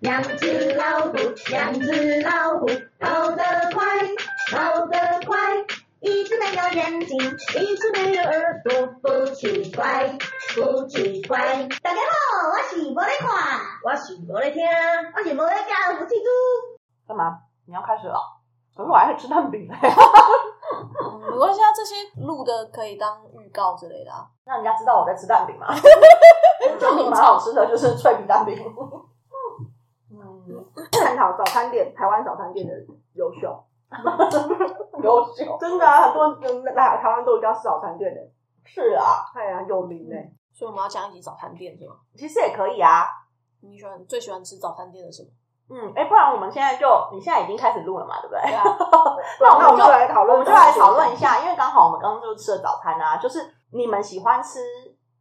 两只老虎，两只老虎，跑得快，跑得快。一只没有眼睛，一只没有耳朵，不奇怪，不奇怪。大家好，我是无咧看，我是无咧听，我是无咧教，我是猪。干嘛？你要开始了？可是我还是吃蛋饼嘞。嗯没关系啊，这些录的可以当预告之类的啊。 让人家知道我在吃蛋饼 嘛。蛋饼蛮好吃的，就是脆皮蛋饼。嗯，探讨早餐店台湾早餐店的优秀， 优秀。真的啊，很多人来台湾都一定要吃早餐店的，是啊，哎呀有名嘞。所以我们要讲一集早餐店是吗？其实也可以啊。你喜欢最喜欢吃早餐店的什么？ 嗯，哎，不然我们现在就，你现在已经开始录了嘛，对不对？对啊，那我那们我们就就来讨我论，们就来讨论一。下，因为刚好我们刚刚就吃了早餐啊，就是你们喜欢吃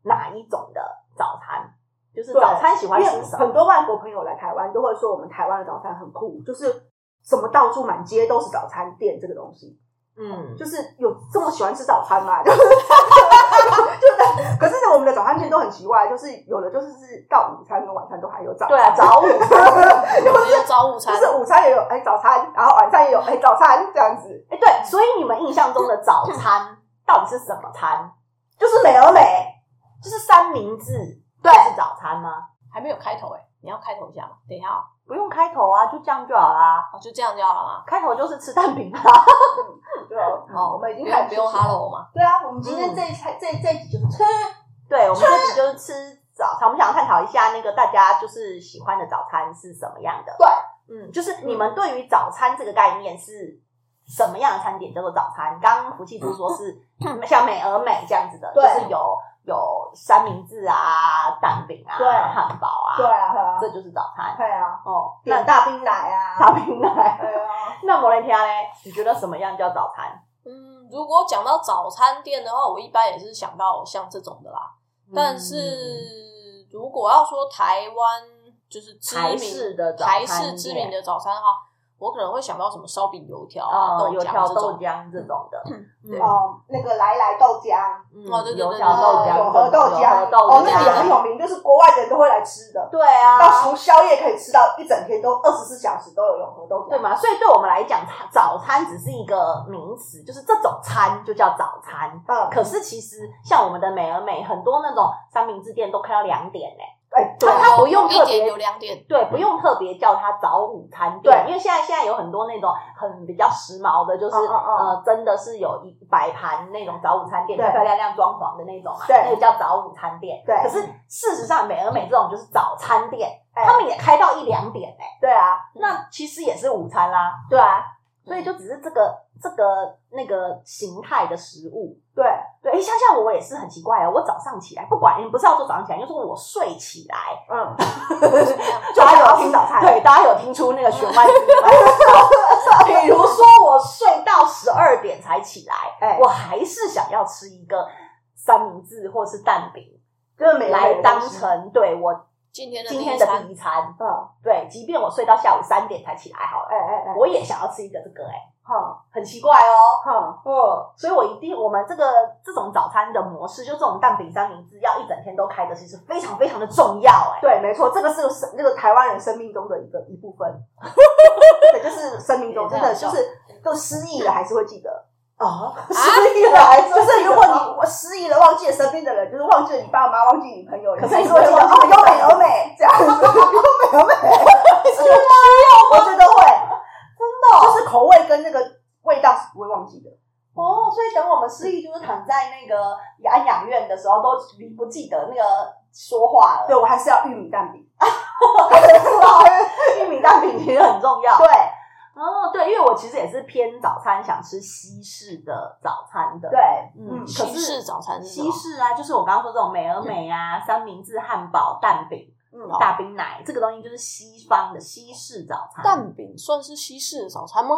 哪一种的早餐？就是对早餐喜欢因吃为什很么？多外国朋友来台湾都会说我们台湾的早餐很酷，就是什么到处满街都是早餐店这个东西，嗯，就是有这么喜欢吃早餐吗？ 就是就是，可是呢，我们的早餐店都很奇怪，就是有的就是是到午餐跟晚餐都还有早餐，对啊，早午餐。我们有早午就餐，是午餐也有哎、早餐，然后晚上也有哎、早餐这样子，哎、对，所以你们印象中的早餐到底是什么餐？就是美而美。就是三明治，对是早餐吗？还没有开头哎、你要开头一下吗？等一下哦，不用开头啊，就这样就好啦。哦就这样就好了吗？开头就是吃蛋饼啊，对哦，嗯哦我们已经不开用始不用哈喽。 hello 吗？对啊，我们今天这一菜、这这一集就是吃，对，我们这集就是吃早餐，我们想要探讨一下那个大家就是喜欢的早餐是什么样的。对，嗯，就是你们对于早餐这个概念是什么样的餐点叫做早餐？刚刚福气猪说是像美而美这样子的，就嗯对是有有三明治啊、蛋饼啊、对汉堡啊，对啊，对啊，这就是早餐。对啊，哦，那点大冰奶啊，大冰奶。对啊，那摩雷天嘞，你觉得什么样叫早餐？嗯，如果讲到早餐店的话，我一般也是想到像这种的啦。嗯但是如果要说台湾就是知台式名的早餐台店式知名的早餐的话，我可能会想到什么烧饼、油条啊、哦，豆油浆条这豆种。浆这种的，对哦，那个来来豆浆，嗯哦对对对油条豆浆，有和豆有浆，和豆哦，那个也浆，很有名，就是国外人都会来吃的，对到啊，除宵夜可以吃到一整天都二十四小时都有永和豆浆，对？嘛？所以对我们来讲，早餐只是一个名词，就是这种餐就叫早餐。嗯，可是其实像我们的美而美，很多那种三明治店都开到两点呢、哎，对它它不用有特一点别有两点，对，不用特别叫它早午餐店，对因为现在现在有很多那种很比较时髦的，就是嗯嗯嗯呃，真的是有一摆盘那种早午餐店，对漂漂亮亮装潢的那种嘛，啊对那个叫早午餐店。对可是事实上，美而美这种就是早餐店，哎他们也开到一两点哎、对啊，那其实也是午餐啦，对啊，所以就只是这个这个那个形态的食物。对，对，哎，像像我也是很奇怪哦，我早上起来，不管你不是要说早上起来，就是我睡起来，嗯，这样 大家就想有要吃早餐对，大家有听出那个弦外之音吗？ 比如说，我睡到十二点才起来，哎我还是想要吃一个三明治或是蛋饼，就是美而美来的当东西，成对我今天的今第天一的餐第一餐。嗯，对，即便我睡到下午三点才起来好了，哎哎哎，我也想要吃一个这个、哎，哼很奇怪哦。哼，嗯，所以我一定，我们这个这种早餐的模式，就这种蛋饼三明治，要一整天都开的，其实非常非常的重要、哎。对，没错，这个是生那个台湾人生命中的一个一部 分，对，就是生命中真的就是都失忆了还是会记得。哦，失忆了还啊是就是如果你我失忆了，忘记了身边的人，就是忘记了你爸妈，忘记你朋友，可是还你是会记得会忘哦，记优美优美这样 子，优美优美， 我觉得会，真的，就是口味跟那个味道是不会忘记的。哦，所以等我们失忆，就是躺在那个安养院的时候，都离不记得那个说话了。对我还是要玉米 蛋饼，玉米蛋饼 其实很重要。对哦，对，因为我其实也是偏早餐，想吃西式的早餐的。对，，嗯，嗯可西式是早餐是什西么？式啊，就是我刚刚说这种美而美啊、三明治、汉堡、蛋饼、嗯大冰奶，这个东西就是西方的西式早餐。蛋饼算是西式的早餐吗？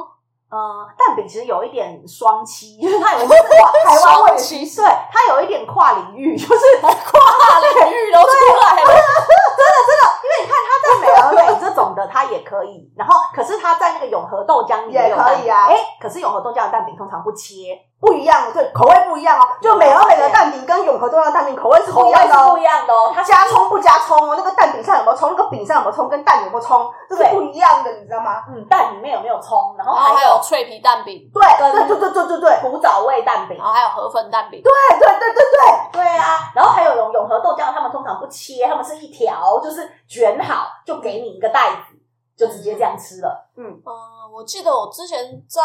嗯，蛋饼其实有一点双栖， 因为它有一点跨台湾味 双栖对，它有一点跨领域， 就是跨领域都出啊来了，因为你看它在美而美这种的，它也可以。然后，可是它在那个永和豆浆里面有蛋饼也可以啊哎，可是永和豆浆的蛋饼通常不切，不一样，对，口味不一样哦。就美而美的蛋饼跟永和豆浆蛋饼口味味是不一样的不哦一。样的哦，它是加葱不加葱哦，那个蛋饼上有没有葱，那个饼上有没有葱，跟蛋有没有葱，这是对不一样的，你知道吗？嗯蛋里面有没有葱，然后然后还哦还有有脆皮蛋饼，对，对跟对对对对对，古早味蛋饼然，后还有河粉蛋饼，对对对对对，对啊，然后还有永永和豆浆，他们通常不切，他们是一条就是卷好，就给你一个袋子，就直接这样吃了。嗯，我记得我之前在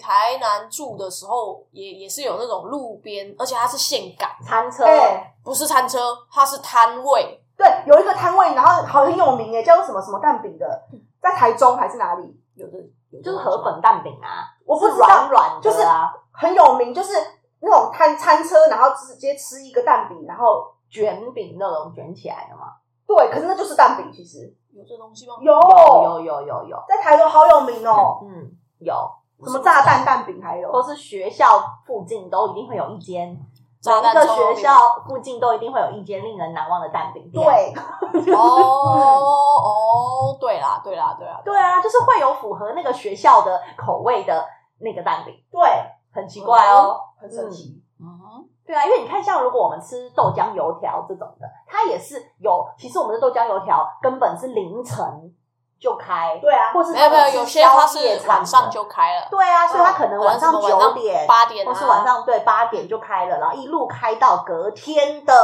台南住的时候，也也是有那种路边，而且它是现擀，餐车，哎不是餐车，它是摊位，对，有一个摊位，然后好很有名诶，叫做什么什么蛋饼的，在台中还是哪里，有的有的就是河粉蛋饼啊，我不是知道软软就是的啊，很有名，就是那种摊餐车，然后直接吃一个蛋饼，然后卷饼那种卷起来的嘛。对，可是那就是蛋饼，其实有这东 西吗？有有有有有有，在台中好有名哦，嗯，有，什么炸弹蛋饼还有，都是学校附近都一定会有一间，炸每一弹个葱油学饼校附近都一定会有一间令人难忘的蛋饼店。对，哦哦，对啦对啦对啦，对啊，就是会有符合那个学校的口味的那个蛋饼，对，很奇怪哦。很神奇，嗯哼，对啊，因为你看，像如果我们吃豆浆油条这种的，它也是有，其实我们的豆浆油条根本是凌晨就开，对啊，或是没有没有，它有是些它宵夜是场晚上的就开了，对啊，所以它可能晚上嗯可能晚九上点、八点啊或是晚上对八点就开了，然后一路开到隔天的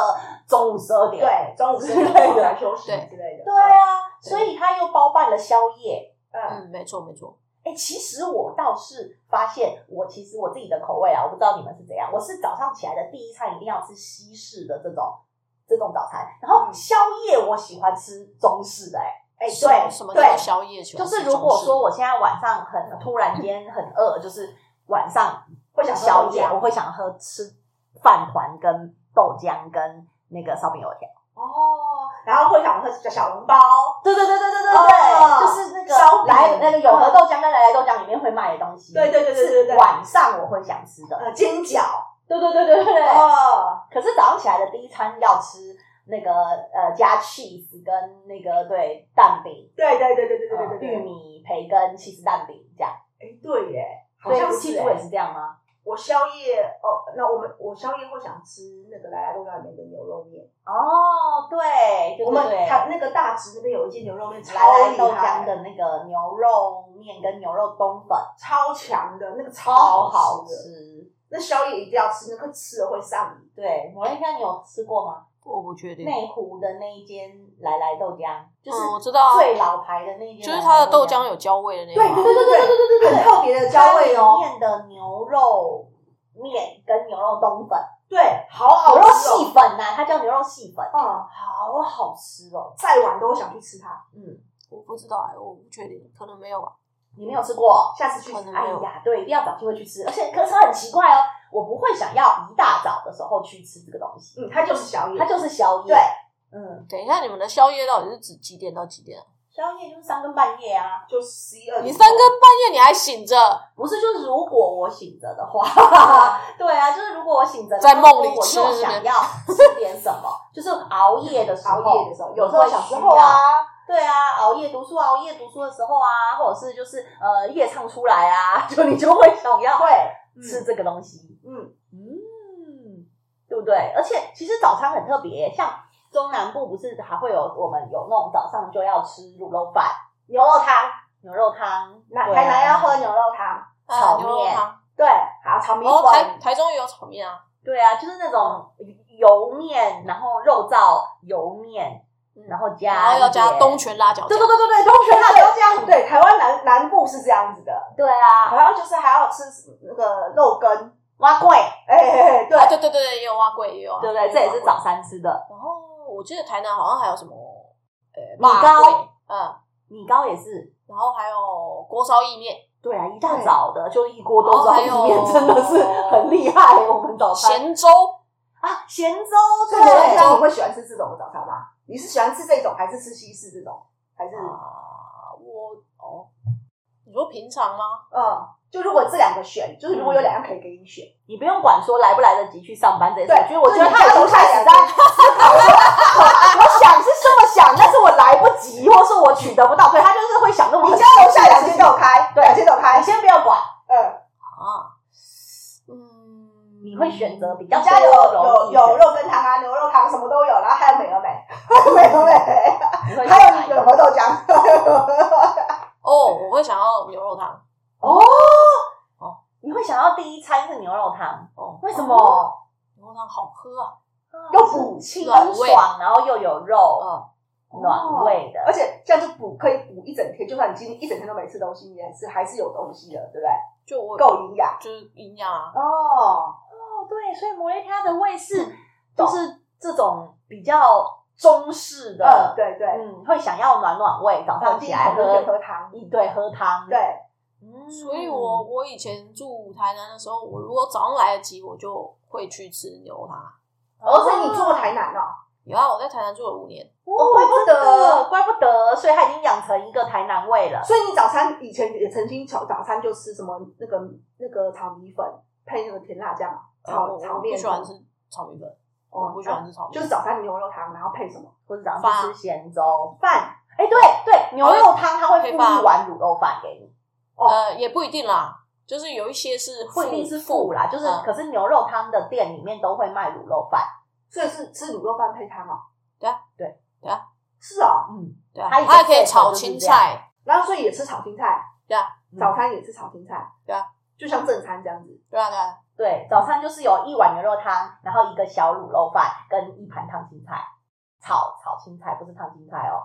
中午十二点。对，中午之类对的休息对之类的，对啊，所以它又包办了宵夜。嗯，嗯，没错没错，哎、其实我倒是发现，我其实我自己的口味啊，我不知道你们是怎样。我是早上起来的第一餐一定要吃西式的这种这种早餐，然后嗯宵夜我喜欢吃中式的、哎，哎，什对，什么对叫做宵夜喜就欢吃是中式？如果说我现在晚上很突然间很饿，就是晚上会想喝宵豆夜，浆我会想喝吃饭团跟豆浆跟那个烧饼油条。哦，然后会想喝小笼包，对对对对对对哦就是那烧个饼来那个永和豆浆跟来来豆浆里面会卖的东西。对对对对对对是晚上我会想吃的。呃，煎饺，嗯对对对对对对哦，可是早上起来的第一餐要吃那个呃加 cheese 跟那个对蛋饼，对对对对对对对呃对对，玉米培根 cheese 蛋饼这样。哎，对耶，好对像，七是叔也耶。是欸这样吗？我宵夜哦，那我们我宵夜会想吃那个来来豆干里面的牛肉面，哦，对，对我对们对，他那个大直那边有一间牛肉面来超来厉豆浆害的那个牛肉面跟牛肉冬粉超强的那个超超好吃的，吃。那宵夜一定要吃，那个吃了会上瘾。对，我应该你有吃过吗？我不确定，内湖的那一间来来豆浆，就是嗯，我知道啊，最老牌的那一间就来来浆，是它的豆浆有焦味的那啊个吗，对对对对对对对对很特别的它焦味里哦，面的牛肉面跟牛肉冬粉，对，好好牛肉吃哦，细粉呐、它叫牛肉细粉，嗯，好哦好吃哦。再晚都会想去吃它，嗯，我不知道哎，我不确定，可能没有啊吧。你没有吃过？下次去可吃能。哎没有呀，对，一定要找机会去吃，而且可是很奇怪哦，我不会想要一大早的时候去吃这个东西，嗯，它就是宵夜，它就是宵夜。对，嗯，等一下，你们的宵夜到底是指几点到几点啊？宵夜就是三更半夜啊，就十一二。你三更半夜你还醒着，不是就是如果我醒着的 话，对啊，就是如果我醒着的话，在梦里吃我又是不是想要吃点什么， 就是熬夜的时候，熬夜的时候，有你时候会小时需候要啊，对啊，熬夜读书，熬夜读书的时候啊，或者是就是呃夜唱出来啊， 就你就会想要会 吃，这个东西，嗯，嗯，对不对？而且其实早餐很特别，像中南部不是还会有我们有那种早上就要吃卤肉饭、牛肉汤，牛肉汤，南对啊台南要喝牛肉汤，啊炒牛肉面汤，对，好炒米然后哦台粉，台中也有炒面啊，对啊，就是那种油面，然后肉燥油面，嗯然后加然后要一加点东，泉辣椒对酱对，对对对，东泉辣椒酱，对，台湾南南部是这样子的，对啊，好像就是还要吃那个肉羹，蛙贵，哎哎，哎对啊，对对对对，也有蛙桂，也有 啊，对不对？这也是早餐吃的。然后我记得台南好像还有什么，呃，米肉糕桂，嗯，米糕也是，然后还有锅烧意面，对哦哎啊，一大早的就一锅都烧意然后还面，有真的是很厉害。我们早餐咸粥，啊，咸粥所以你对知道你会喜欢吃这种的早餐吗？你是喜欢吃这种，还是吃西式这种，还是啊，我哦，你说平常吗？嗯？就如果这两个选，就是如果有两样可以给你选，你不用管说来不来得及去上班这件事，嗯对因为我觉就得是你他已经开看 始在看思考说， 我想是这么想，但是我来不及，或是我取得不到，对他就是会想那么你很家楼下两间都有开，嗯对两间都有开啊你，先不要管，嗯，啊，嗯，你会选择比较我多家有有肉有肉羹汤啊，牛肉汤什么都有，然后还有美而 美，美而美，你会选还有哪一那个个？红豆 浆。哦，我会想要牛肉汤。哦你会想要第一餐是牛肉汤？哦，为什？么？牛肉汤好喝啊！又补气气很暖胃爽，然后又有肉，哦，暖胃的而且这样就补可以补一整天，就算你今天一整天都没吃东西，你也是还是有东西的，对不对？就我够营养就是营养啊。哦，哦，对，所以摩耶它的胃是就是这种比较中式嗯，的，对对，嗯，会想要暖暖胃，早上起来喝喝喝汤，一对喝汤，对，嗯，所以我我以前住台南的时候，我如果早上来得及，我就会去吃牛肉汤啊。而且你住过台南哦，有啊，我在台南住了五年。哦，怪不得，怪不得，所以他已经养成一个台南味了。所以你早餐以前也曾经早早餐就吃什么那个那个炒米粉配那个甜辣酱嘛，呃炒我炒我不面喜欢吃炒米粉，我哦，不喜欢吃炒米就粉。是早餐牛肉汤，然后配什么？或者早饭上去吃咸粥饭，哎，对对，牛肉汤它会配附哦饭一碗卤肉饭给你，呃，也不一定啦，就是有一些是不一定是附啦，就是嗯可是牛肉汤的店里面都会卖卤肉饭，所以是吃卤肉饭配汤哦。对啊，对，对啊，是哦。嗯，对啊，它以前它还可以最早炒就是青这样菜，然后所以也吃炒青菜，对啊，早餐也吃炒青菜，对啊，就像正餐这样子。对啊对啊，对，早餐就是有一碗牛肉汤，然后一个小卤肉饭跟一盘烫青菜，炒炒青菜不是烫青菜哦，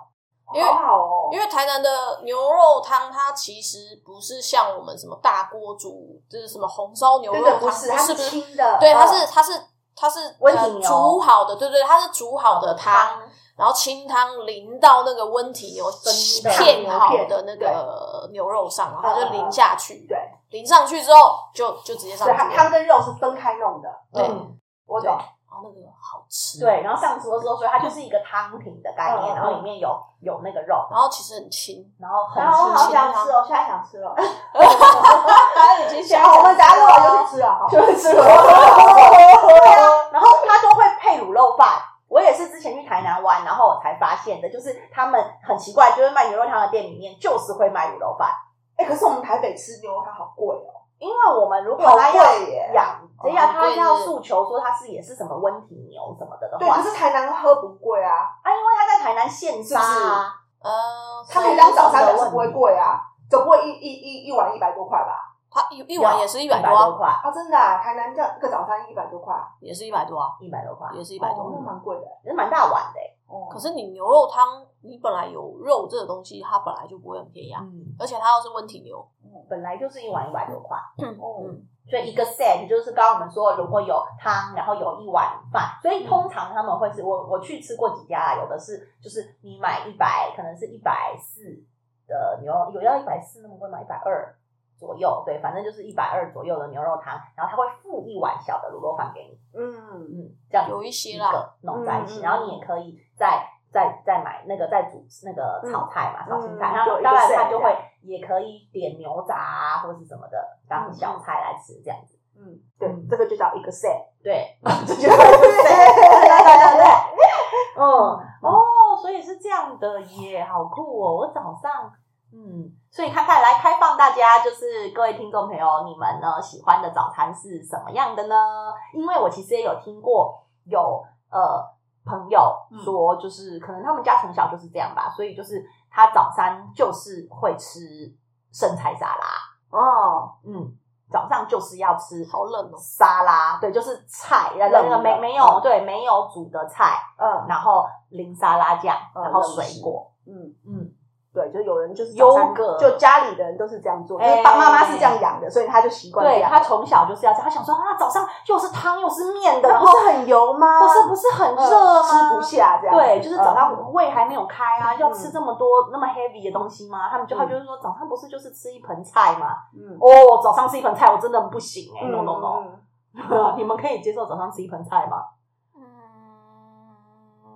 因为好好哦，因为台南的牛肉汤它其实不是像我们什么大锅煮，就是什么红烧牛对肉对汤，不不是，它是是不是，清的，对，它嗯是它是它是温呃体牛煮好的，对对，它是煮好的汤，然后清汤淋到那个温体牛真的片牛好片的那个牛肉上，然后它就嗯嗯淋下去，对，淋上去之后就就直接上所以它桌，汤跟肉是分开弄的。对嗯，我对，懂然。后那个好吃，对，然后上桌之后，所以它就是一个汤品的概念，嗯嗯嗯然后里面有有那个肉，然后其实很轻，然后很然后我好清想吃哦，现在想吃了。它呃已经好，我们等下录完就去吃了。好就吃了。 对啊，然后他都会配卤肉饭。我也是之前去台南玩，然后我才发现的，就是他们很奇怪，就是卖牛肉汤的店里面就是会卖卤肉饭，哎，可是我们台北吃牛肉它好贵哦，因为我们如果好他要贵耶。养，哦只要很他贵要是不是诉求说他是也是什么温体牛什么的的对，话，可是台南喝不贵啊，啊，因为他在台南现杀啊，呃，它所可以以当早餐表示不会贵啊，总不会一一一一碗一百多块吧？它一一碗也是一百多多啊，块，啊，真的啊，台南这样一个早餐一百多块，也是一百多啊，一百多块，也是一一百多。那蛮贵的。也是蛮大碗的欸。哦可是你牛肉汤，你本来有肉这个东西，它本来就不会很便宜啊，嗯，而且它又是温体牛，本来就是一碗一百多块。哦所以一个 set 就是刚刚我们说，如果有汤，然后有一碗饭，所以通常他们会是我我去吃过几家啊，有的是就是你买一百，可能是一百四的牛肉，有要一百四那么贵吗？一百二左右，对，反正就是一百二左右的牛肉汤，然后他会附一碗小的卤肉饭给你，嗯，嗯，这样有一一些啦，个弄在一起，嗯嗯嗯然后你也可以再再再买那个再煮那个炒菜嘛，炒青菜，嗯然后有一个当然 set 他就这会样也可以点牛杂啊或是什么的当小菜来吃这样子，嗯，对，这个就叫一个 set，对。这就叫一个 set。对对对，嗯，哦，所以是这样的耶，好酷哦！我早上，嗯，所以看看来开放大家，就是各位听众朋友，你们呢喜欢的早餐是什么样的呢？因为我其实也有听过有呃朋友说，就是、可能他们家从小就是这样吧，所以就是他早餐就是会吃剩菜沙拉，哦，嗯，早上就是要吃好冷哦、沙拉，对，就是菜，那冷的个没没有哦对没有煮的菜，呃嗯然后淋沙拉酱，嗯然后水果，嗯，嗯，对，就有人就是早餐优格就家里的人都是这样做，因哎为爸妈妈是这样养的，所以哎他就习惯这对样。他从小就是要这样，他想说啊，早上又是汤又是面的，那然不后是很油吗？不是不是很热嗯吗？吃不下这样。对，就是早嗯上胃还没有开啊，要吃嗯这么多那么 heavy 的东西吗？他们就嗯他就是说早上不是就是吃一盆菜吗？嗯哦，早上吃一盆菜我真的不行哎，no no 嗯 no，嗯你们可以接受早上吃一盆菜吗？嗯，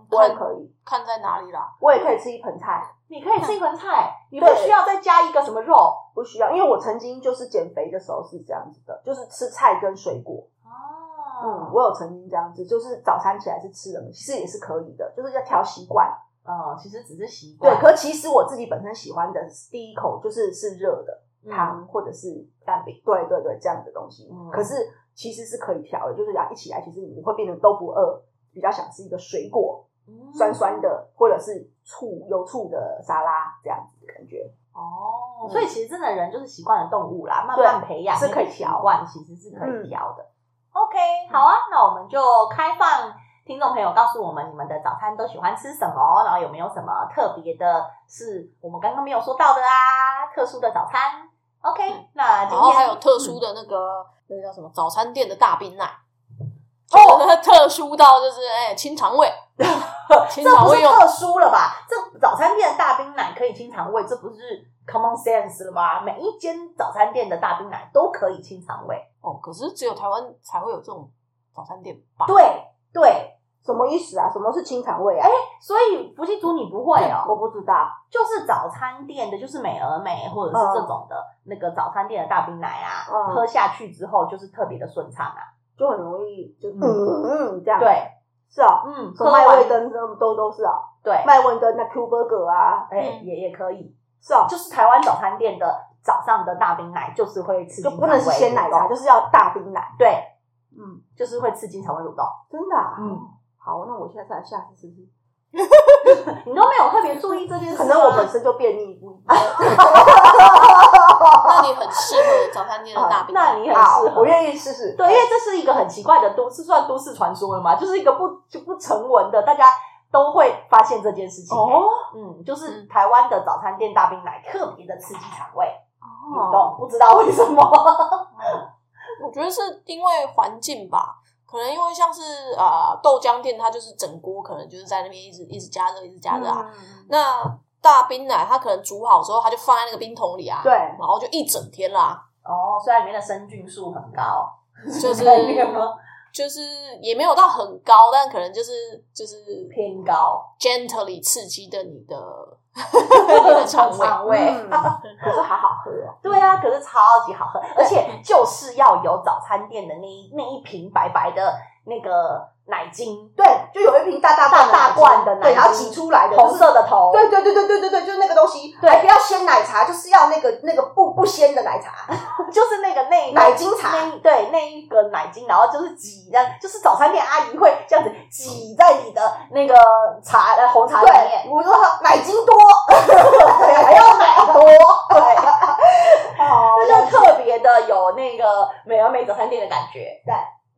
我也看可以，看在哪里啦，我也可以吃一盆菜，你可以吃一盆菜，你不对需要再加一个什么肉不需要，因为我曾经就是减肥的时候是这样子的，就是吃菜跟水果。嗯，哦。我有曾经这样子，就是早餐起来是吃的，其实也是可以的，就是要调习惯。嗯，其实只是习对惯，，可其实我自己本身喜欢的第一口就是是热的嗯汤或者是蛋饼，对对对，这样的东西嗯。可是其实是可以调的，就是俩一起来，其实你会变得都不饿，比较想吃一个水果嗯酸酸的，或者是醋有醋的沙拉这样子的感觉。哦，所以其实真的人就是习惯了动物啦，慢慢培养嗯是那可以个习调嗯惯，其实是可以调的。OK，好啊，那我们就开放听众朋友告诉我们你们的早餐都喜欢吃什么，然后有没有什么特别的，是我们刚刚没有说到的啊，特殊的早餐。OK，、那今嗯然后天还有特殊嗯的那个那个叫什么早餐店的大冰奶，哦，特殊到就是哎清肠 胃，清这肠不是胃用特殊了吧？这早餐店的大冰奶可以清肠胃，这不是 common sense 了吗？每一间早餐店的大冰奶都可以清肠胃。哦，可是只有台湾才会有这种早餐店吧？对对，什么意思啊？什么是清肠胃啊？哎所以福气猪你不会我哦，不知道，就是早餐店的，就是美而美或者是这种的、那个早餐店的大冰奶啊，嗯喝下去之后就是特别的顺畅啊。就很容易就嗯嗯嗯这样。，对，是啊，嗯，什喝么麦味完登这都都是啊，对，哎、麦味登那 Q Burger 啊，嗯也也可以，是啊，就是台湾早餐店的早上的大冰奶就是会吃就清不能肠是胃鲜奶哦蠕动茶，就是要大冰奶。对，嗯，就是会刺激肠胃蠕动。真的啊。嗯，好，那我现在再来下次试试。你都没有特别注意这件事吗，可能啊我本身就便秘，不那你很适合早餐店的 大冰啊那奶。你很适合我。愿意试试。对，因为这是一个很奇怪的都市，算都市传说了嘛，就是一个不就不成文的，大家都会发现这件事情。，哦嗯，就是台湾的早餐店大冰奶特别的刺激肠胃蠕哦，动，不知道为什么。我觉得是因为环境吧，可能因为像是啊豆浆店，它就是整锅可能就是在那边一直一直加热，一直加热嗯啊。那大冰奶它可能煮好之后，它就放在那个冰桶里啊，对然后就一整天啦， 哦，虽然里面的生菌数很高，就是概念吗？就是也没有到很高，但可能就是就是偏 高， gently 刺激的你的你的肠胃。肠胃。嗯可是还好喝哦。对啊，可是超级好喝，而且就是要有早餐店的那一那一瓶白白的那个奶精，对，就有一瓶大大大大罐的奶精对，然后挤出来的红。色的头，就是对对对对对对对，就是那个东西。对哎不要鲜奶茶，就是要那个那个不不鲜的奶茶。就是那个那奶精茶那对那一个奶精，然后就是挤这样，就是早餐店阿姨会这样子挤在你的那个茶呃红茶里对，面，我就说奶精多，对，还要奶多，对，哦那就特别的有那个美而美早餐店的感觉，对，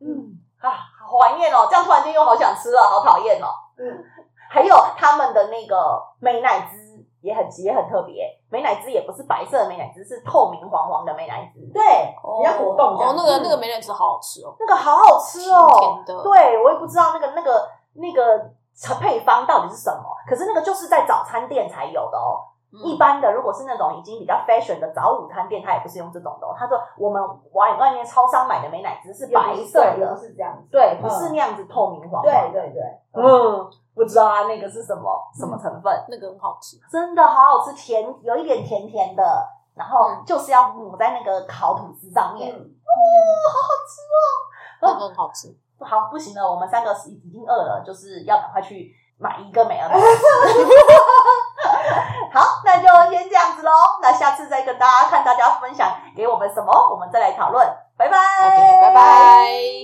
嗯啊，好怀念哦，这样突然间又好想吃了，好讨厌哦，嗯，还有他们的那个美乃滋也很也很特别，美乃滋也不是白色的美乃滋，是透明黄黄的美乃滋，对，哦比较果冻这样哦，那个嗯那个美乃滋好好吃哦，那个好好吃哦甜，甜的对我也不知道那个那个那个配方到底是什么，可是那个就是在早餐店才有的哦。一嗯般的如果是那种已经比较 fashion 的早午餐店，它也不是用这种的、哦。它说我们外外面超商买的美乃滋是嗯白色也不的，是这样子。对，不是那样子透明黄黄对的。对对，嗯，不知道它那个是什么嗯什么成分，那个很好吃。真的好好吃，甜有一点甜甜的，然后嗯就是要抹在那个烤吐司上面，那嗯，个很好吃。好，不行了，我们三个已已经饿了，就是要赶快去买一个美 而美。好，那就先这样子喽。那下次再跟大家看大家分享给我们什么，我们再来讨论。拜拜 OK，拜拜。